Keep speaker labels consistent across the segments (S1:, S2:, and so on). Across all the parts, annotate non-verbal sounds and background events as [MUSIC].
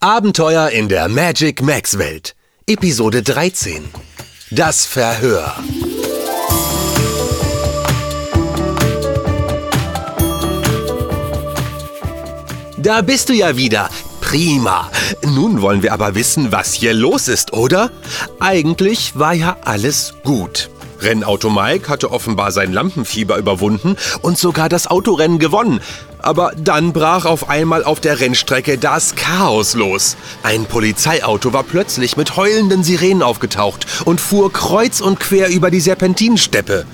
S1: Abenteuer in der Magic Max Welt. Episode 13. Das Verhör. Da bist du ja wieder. Prima. Nun wollen wir aber wissen, was hier los ist, oder? Eigentlich war ja alles gut. Rennauto Mike hatte offenbar sein Lampenfieber überwunden und sogar das Autorennen gewonnen. Aber dann brach auf einmal auf der Rennstrecke das Chaos los. Ein Polizeiauto war plötzlich mit heulenden Sirenen aufgetaucht und fuhr kreuz und quer über die Serpentinensteppe.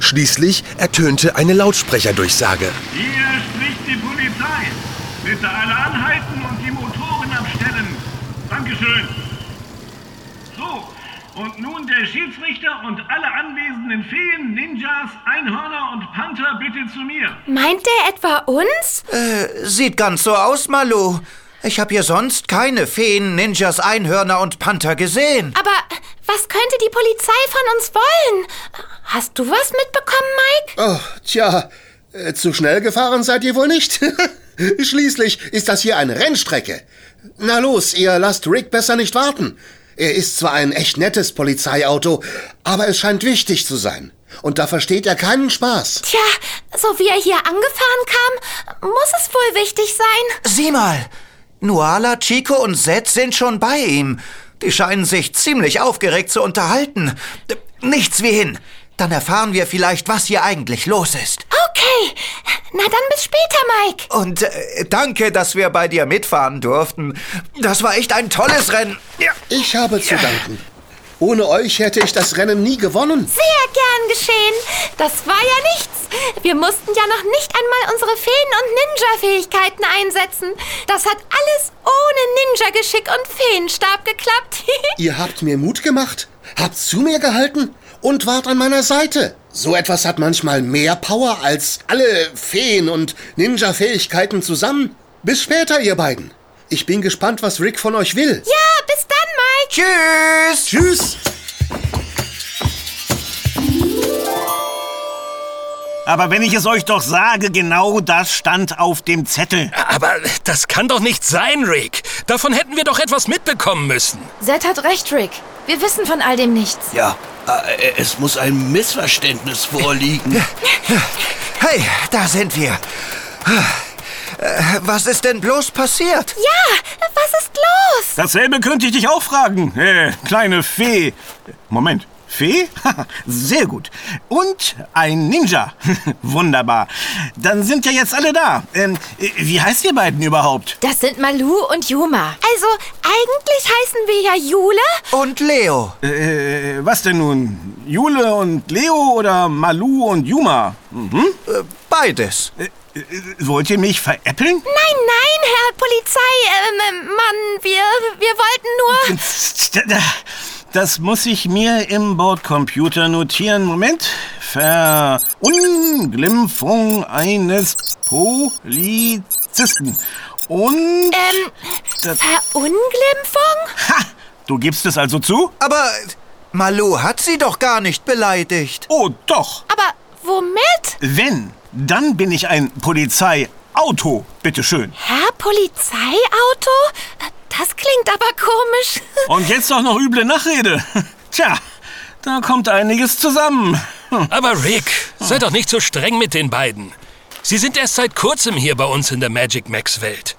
S1: Schließlich ertönte eine Lautsprecherdurchsage.
S2: Hier spricht die Polizei. Bitte alle anhalten und die Motoren abstellen. Dankeschön. So, und nun der Schiedsrichter und alle anwesenden Feen, Ninjas, Einhörner und Panther bitte zu mir.
S3: Meint der etwa uns?
S4: Sieht ganz so aus, Malu. Ich habe hier sonst keine Feen, Ninjas, Einhörner und Panther gesehen.
S3: Aber was könnte die Polizei von uns wollen? Hast du was mitbekommen, Mike?
S5: Oh, tja, äh, zu schnell gefahren seid ihr wohl nicht? [LAUGHS] Schließlich ist das hier eine Rennstrecke. Na los, ihr lasst Rick besser nicht warten. Er ist zwar ein echt nettes Polizeiauto, aber es scheint wichtig zu sein. Und da versteht er keinen Spaß.
S3: Tja, so wie er hier angefahren kam, muss es wohl wichtig sein.
S4: Sieh mal, Nuala, Chico und Zed sind schon bei ihm. Die scheinen sich ziemlich aufgeregt zu unterhalten. D- Nichts wie hin. Dann erfahren wir vielleicht, was hier eigentlich los ist.
S3: Okay, na dann bis später, Mike.
S4: Und äh, danke, dass wir bei dir mitfahren durften. Das war echt ein tolles Rennen. Ja.
S5: Ich habe zu danken. Ohne euch hätte ich das Rennen nie gewonnen.
S3: Sehr gern geschehen. Das war ja nichts. Wir mussten ja noch nicht einmal unsere Feen- und Ninja-Fähigkeiten einsetzen. Das hat alles ohne Ninja-Geschick und Feenstab geklappt. [LAUGHS]
S5: Ihr habt mir Mut gemacht, habt zu mir gehalten und wart an meiner Seite. So etwas hat manchmal mehr Power als alle Feen und Ninja-Fähigkeiten zusammen. Bis später, ihr beiden. Ich bin gespannt, was Rick von euch will.
S3: ja, bis dann, Mike.
S4: Tschüss.
S5: Tschüss!
S6: Aber wenn ich es euch doch sage, genau das stand auf dem Zettel.
S7: Aber das kann doch nicht sein, Rick. Davon hätten wir doch etwas mitbekommen müssen.
S8: Zed hat recht, Rick. Wir wissen von all dem nichts.
S9: Ja, äh, es muss ein Missverständnis vorliegen.
S4: Hey, da sind wir. Äh, Was ist denn bloß passiert?
S3: Ja, was ist los?
S6: Dasselbe könnte ich dich auch fragen, äh, kleine Fee. Moment, Fee? Sehr gut. Und ein Ninja. [LAUGHS] Wunderbar. Dann sind ja jetzt alle da. Ähm, äh, wie heißt ihr beiden überhaupt?
S8: Das sind Malu und Yuma.
S3: Also, eigentlich heißen wir ja Jule.
S4: Und Leo.
S6: Äh, was denn nun? Jule und Leo oder Malu und Juma? Mhm.
S4: Beides.
S6: Äh, wollt ihr mich veräppeln?
S3: Nein, nein, Herr Polizei, ähm, ähm, Mann, wir, wir wollten nur.
S6: Das muss ich mir im Bordcomputer notieren. Moment. Verunglimpfung eines Polizisten. Und...
S3: Ähm, Verunglimpfung?
S6: Ha! Du gibst es also zu?
S4: Aber Malu hat sie doch gar nicht beleidigt.
S6: Oh, doch.
S3: Aber womit?
S6: Wenn, dann bin ich ein Polizeiauto. Bitteschön.
S3: Herr Polizeiauto? Das klingt aber komisch. [LAUGHS]
S6: Und jetzt auch noch üble Nachrede. [LAUGHS] Tja, da kommt einiges zusammen. Hm.
S7: Aber Rick, sei doch nicht so streng mit den beiden. Sie sind erst seit kurzem hier bei uns in der Magic Max Welt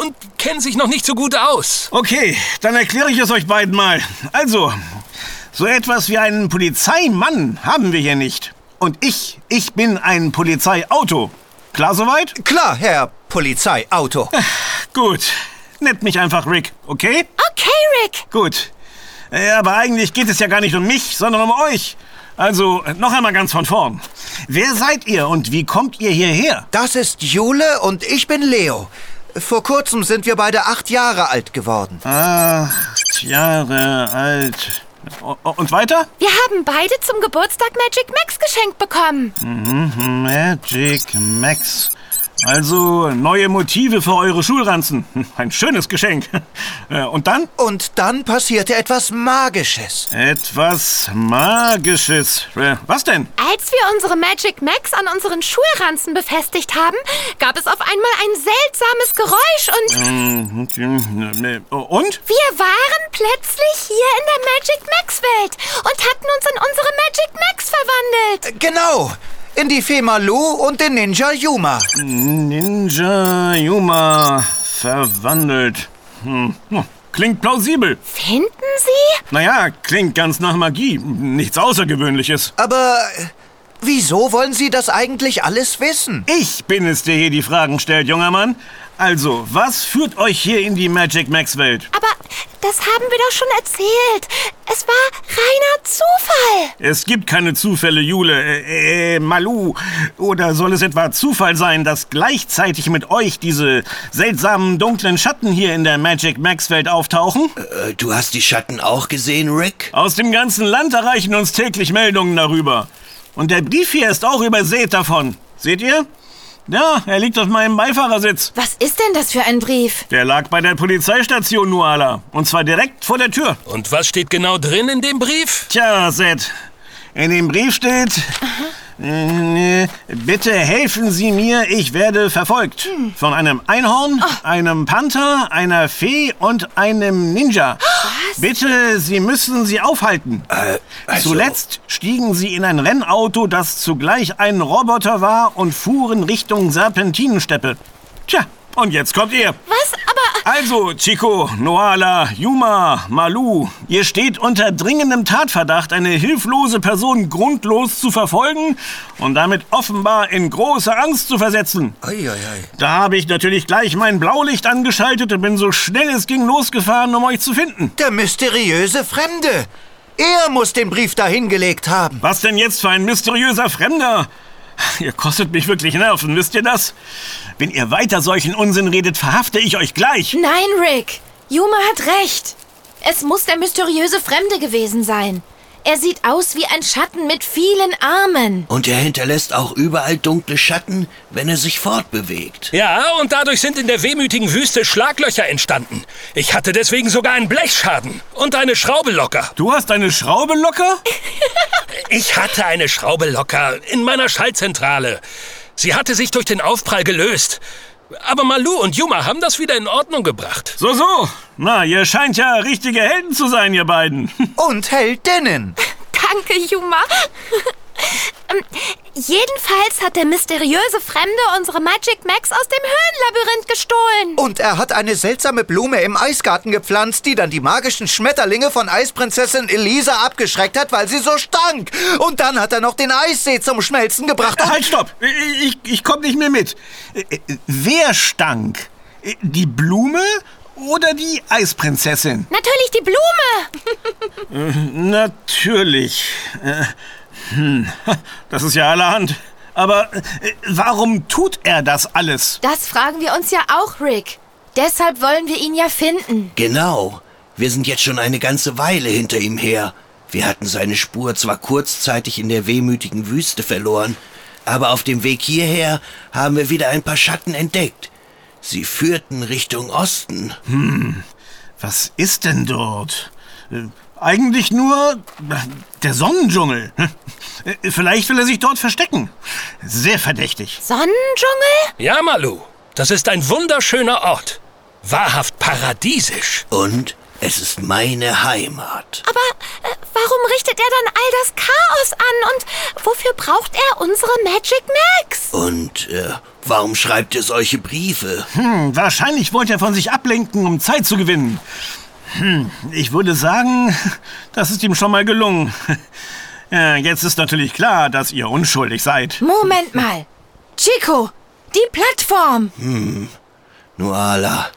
S7: und kennen sich noch nicht so gut aus.
S6: Okay, dann erkläre ich es euch beiden mal. Also, so etwas wie einen Polizeimann haben wir hier nicht. Und ich, ich bin ein Polizeiauto. Klar soweit?
S4: Klar, Herr Polizeiauto.
S6: Gut. Nennt mich einfach Rick, okay?
S3: Okay, Rick.
S6: Gut. Äh, aber eigentlich geht es ja gar nicht um mich, sondern um euch. Also, noch einmal ganz von vorn. Wer seid ihr und wie kommt ihr hierher?
S4: Das ist Jule und ich bin Leo. Vor kurzem sind wir beide acht Jahre alt geworden.
S6: Acht Jahre alt. O- o- Und weiter?
S3: Wir haben beide zum Geburtstag Magic Max geschenkt bekommen.
S6: Magic Max. Also neue Motive für eure Schulranzen. [LAUGHS] Ein schönes Geschenk. [LAUGHS] Äh, Und dann?
S4: Und dann passierte etwas Magisches.
S6: Etwas Magisches. Äh, Was denn? [LAUGHS]
S3: Als wir unsere Magic Max an unseren Schulranzen befestigt haben, gab es auf einmal ein seltsames Geräusch und
S6: Ähm, äh, Und?
S3: wir waren plötzlich hier in der Magic Max Welt und hatten uns in unsere Magic Max verwandelt.
S4: Genau, in die Fee Malu und den Ninja Yuma.
S6: Ninja Yuma verwandelt. Hm. hm, Klingt plausibel.
S3: Finden Sie?
S6: Naja, klingt ganz nach Magie. Nichts Außergewöhnliches.
S4: Aber äh, wieso wollen Sie das eigentlich alles wissen?
S6: Ich bin es, der hier die Fragen stellt, junger Mann. Also, was führt euch hier in die Magic Max Welt?
S3: Aber das haben wir doch schon erzählt. Es war reiner Zufall.
S6: Es gibt keine Zufälle, Jule, äh, äh, Malu. Oder soll es etwa Zufall sein, dass gleichzeitig mit euch diese seltsamen dunklen Schatten hier in der Magic Max Welt auftauchen?
S9: Äh, Du hast die Schatten auch gesehen, Rick?
S6: Aus dem ganzen Land erreichen uns täglich Meldungen darüber. Und der Brief hier ist auch übersät davon. Seht ihr? Ja, er liegt auf meinem Beifahrersitz.
S8: Was ist denn das für ein Brief?
S6: Der lag bei der Polizeistation Nuala. Und zwar direkt vor der Tür.
S7: Und was steht genau drin in dem Brief?
S6: Tja, Seth, in dem Brief steht, äh, bitte helfen Sie mir, ich werde verfolgt. Von einem Einhorn, einem Panther, einer Fee und einem Ninja. Bitte, Sie müssen sie aufhalten.
S1: Äh,
S9: also-
S6: Zuletzt stiegen sie in ein Rennauto, das zugleich ein Roboter war und fuhren Richtung Serpentinensteppe. Tja, und jetzt kommt ihr.
S3: Was? Aber
S6: Also, Chico, Noala, Yuma, Malu, ihr steht unter dringendem Tatverdacht, eine hilflose Person grundlos zu verfolgen und damit offenbar in große Angst zu versetzen. Da habe ich natürlich gleich mein Blaulicht angeschaltet und bin so schnell es ging losgefahren, um euch zu finden.
S4: Der mysteriöse Fremde. Er muss den Brief dahingelegt haben.
S6: Was denn jetzt für ein mysteriöser Fremder? Ihr kostet mich wirklich Nerven, wisst ihr das? Wenn ihr weiter solchen Unsinn redet, verhafte ich euch gleich.
S8: Nein, Rick. Yuma hat recht. Es muss der mysteriöse Fremde gewesen sein. Er sieht aus wie ein Schatten mit vielen Armen.
S9: Und er hinterlässt auch überall dunkle Schatten, wenn er sich fortbewegt.
S7: Ja, und dadurch sind in der wehmütigen Wüste Schlaglöcher entstanden. Ich hatte deswegen sogar einen Blechschaden und eine Schraube locker.
S6: Du hast eine Schraube locker?
S7: Ich hatte eine Schraube locker in meiner Schaltzentrale. Sie hatte sich durch den Aufprall gelöst. Aber Malu und Yuma haben das wieder in Ordnung gebracht.
S6: So, so. Na, ihr scheint ja richtige Helden zu sein, ihr beiden.
S4: Und Heldinnen.
S3: danke,
S8: [LAUGHS]
S3: Juma. Ähm, Jedenfalls hat der mysteriöse Fremde unsere Magic Max aus dem Höhenlabyrinth gestohlen.
S4: Und er hat eine seltsame Blume im Eisgarten gepflanzt, die dann die magischen Schmetterlinge von Eisprinzessin Elisa abgeschreckt hat, weil sie so stank. Und dann hat er noch den Eissee zum Schmelzen gebracht.
S6: [LAUGHS] halt, stopp. Ich, ich komm nicht mehr mit. Wer stank? Äh, Die Blume oder die Eisprinzessin?
S3: Natürlich die Blume.
S6: Natürlich. Äh, hm, [LAUGHS] das ist ja allerhand. Aber äh, warum tut er das alles?
S8: Das fragen wir uns ja auch, Rick. Deshalb wollen wir ihn ja finden.
S9: Genau. Wir sind jetzt schon eine ganze Weile hinter ihm her. Wir hatten seine Spur zwar kurzzeitig in der wehmütigen Wüste verloren, aber auf dem Weg hierher haben wir wieder ein paar Schatten entdeckt. Sie führten Richtung Osten.
S6: Was ist denn dort? Äh, Eigentlich nur äh, der Sonnendschungel. [LAUGHS] Äh, Vielleicht will er sich dort verstecken. Sehr verdächtig.
S3: Sonnendschungel?
S7: Ja, Malu, das ist ein wunderschöner Ort. Wahrhaft paradiesisch.
S9: Und es ist meine Heimat.
S3: Aber äh, warum richtet er dann all das Chaos an und wofür braucht er unsere Magic Max?
S9: Und äh, warum schreibt ihr solche Briefe?
S6: Hm, wahrscheinlich wollte er von sich ablenken, um Zeit zu gewinnen. Hm, ich würde sagen, [LAUGHS] das ist ihm schon mal gelungen. [LAUGHS] Ja, jetzt ist natürlich klar, dass ihr unschuldig seid.
S8: Moment mal. Chico, die Plattform.
S9: Nuala,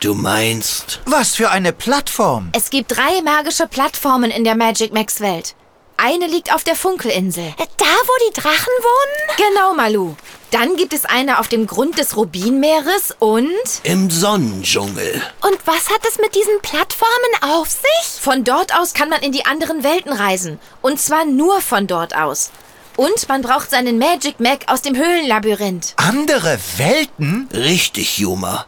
S9: du meinst...
S4: Was für eine Plattform.
S8: Es gibt drei magische Plattformen in der Magic Max Welt. Eine liegt auf der Funkelinsel.
S3: Äh, Da, wo die Drachen wohnen?
S8: Genau, Malu. Dann gibt es eine auf dem Grund des Rubinmeeres und
S9: Im Sonnendschungel.
S3: Und was hat es mit diesen Plattformen auf sich?
S8: von dort aus kann man in die anderen Welten reisen. Und zwar nur von dort aus. Und man braucht seinen Magic Mac aus dem Höhlenlabyrinth.
S4: Andere Welten?
S9: Richtig, Juma.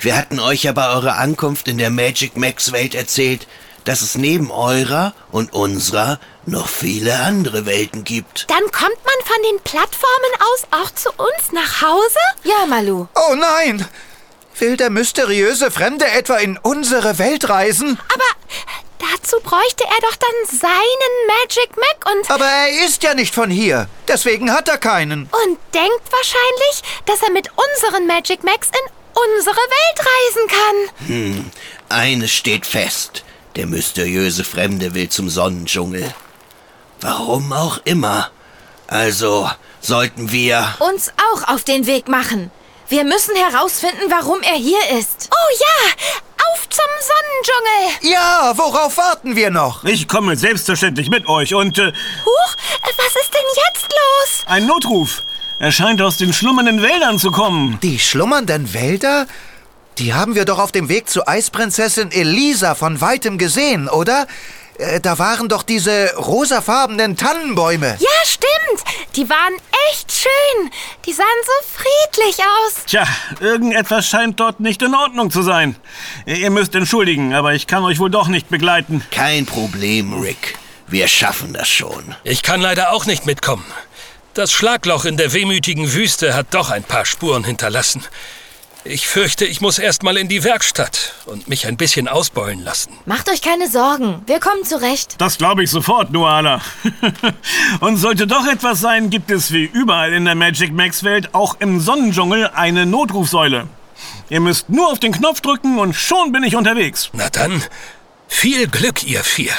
S9: Wir hatten euch ja bei eurer Ankunft in der Magic Max Welt erzählt, dass es neben eurer und unserer noch viele andere Welten gibt.
S3: Dann kommt man von den Plattformen aus auch zu uns nach Hause?
S8: Ja, Malu.
S4: Oh nein! Will der mysteriöse Fremde etwa in unsere Welt reisen?
S3: Aber dazu bräuchte er doch dann seinen Magic Mac und.
S4: Aber er ist ja nicht von hier. Deswegen hat er keinen.
S3: Und denkt wahrscheinlich, dass er mit unseren Magic Macs in unsere Welt reisen kann.
S9: Eines steht fest. Der mysteriöse Fremde will zum Sonnendschungel. Warum auch immer. Also sollten wir...
S8: Uns auch auf den Weg machen. Wir müssen herausfinden, warum er hier ist.
S3: Oh ja, auf zum Sonnendschungel.
S4: Ja, worauf warten wir noch?
S6: Ich komme selbstverständlich mit euch und äh,
S3: Huch, was ist denn jetzt los?
S6: ein Notruf. Er scheint aus den schlummernden Wäldern zu kommen.
S4: Die schlummernden Wälder? Die haben wir doch auf dem Weg zu Eisprinzessin Elisa von weitem gesehen, oder? Äh, Da waren doch diese rosafarbenen Tannenbäume.
S3: Ja, stimmt. Die waren echt schön. Die sahen so friedlich aus.
S6: Tja, irgendetwas scheint dort nicht in Ordnung zu sein. Ihr müsst entschuldigen, aber ich kann euch wohl doch nicht begleiten.
S9: Kein Problem, Rick. Wir schaffen das schon.
S7: Ich kann leider auch nicht mitkommen. Das Schlagloch in der wehmütigen Wüste hat doch ein paar Spuren hinterlassen. Ich fürchte, ich muss erst mal in die Werkstatt und mich ein bisschen ausbeulen lassen.
S8: Macht euch keine Sorgen. Wir kommen zurecht.
S6: Das glaube ich sofort, Noala. [LAUGHS] Und sollte doch etwas sein, gibt es wie überall in der Magic Max Welt auch im Sonnendschungel eine Notrufsäule. Ihr müsst nur auf den Knopf drücken und schon bin ich
S9: [LAUGHS]
S6: unterwegs.
S7: Na dann, viel Glück, ihr vier.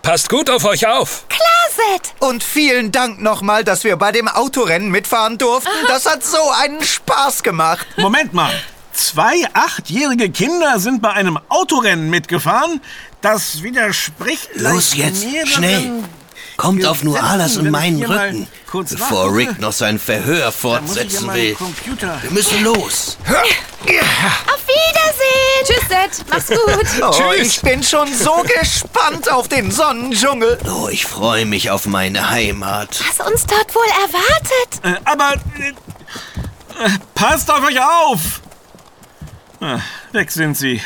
S7: Passt gut auf euch auf.
S3: Klaset.
S4: Und vielen Dank nochmal, dass wir bei dem Autorennen mitfahren durften. Das hat so einen Spaß gemacht.
S6: Moment mal. Zwei achtjährige Kinder sind bei einem Autorennen mitgefahren. Das widerspricht.
S9: Los
S6: gleich
S9: jetzt,
S6: mehreren-
S9: schnell. Kommt auf
S6: Gesetzen,
S9: Nualas und
S6: wenn ich
S9: meinen
S6: hier mal
S9: Rücken,
S6: kurz
S9: bevor
S6: warte.
S9: Rick noch sein Verhör
S6: Da muss ich ja
S9: fortsetzen
S6: meinen
S9: will.
S6: Computer.
S9: Wir müssen los.
S3: Auf Wiedersehen.
S8: Tschüss, Dad. Mach's gut.
S4: [LAUGHS] Oh, ich bin schon so [LAUGHS] gespannt auf den Sonnendschungel.
S9: Oh, ich freue mich auf meine Heimat.
S3: Was uns dort wohl erwartet?
S6: Äh, aber äh, äh, passt auf euch auf! Ah, weg sind sie.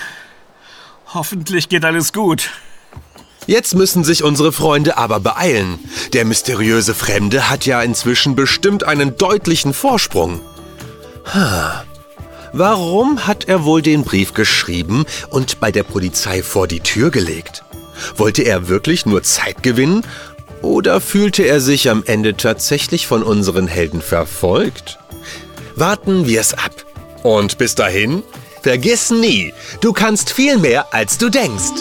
S6: Hoffentlich geht alles gut.
S1: Jetzt müssen sich unsere Freunde aber beeilen. Der mysteriöse Fremde hat ja inzwischen bestimmt einen deutlichen Vorsprung. Ha. Warum hat er wohl den Brief geschrieben und bei der Polizei vor die Tür gelegt? Wollte er wirklich nur Zeit gewinnen? Oder fühlte er sich am Ende tatsächlich von unseren Helden verfolgt? Warten wir es ab. Und bis dahin, vergiss nie, du kannst viel mehr, als du denkst.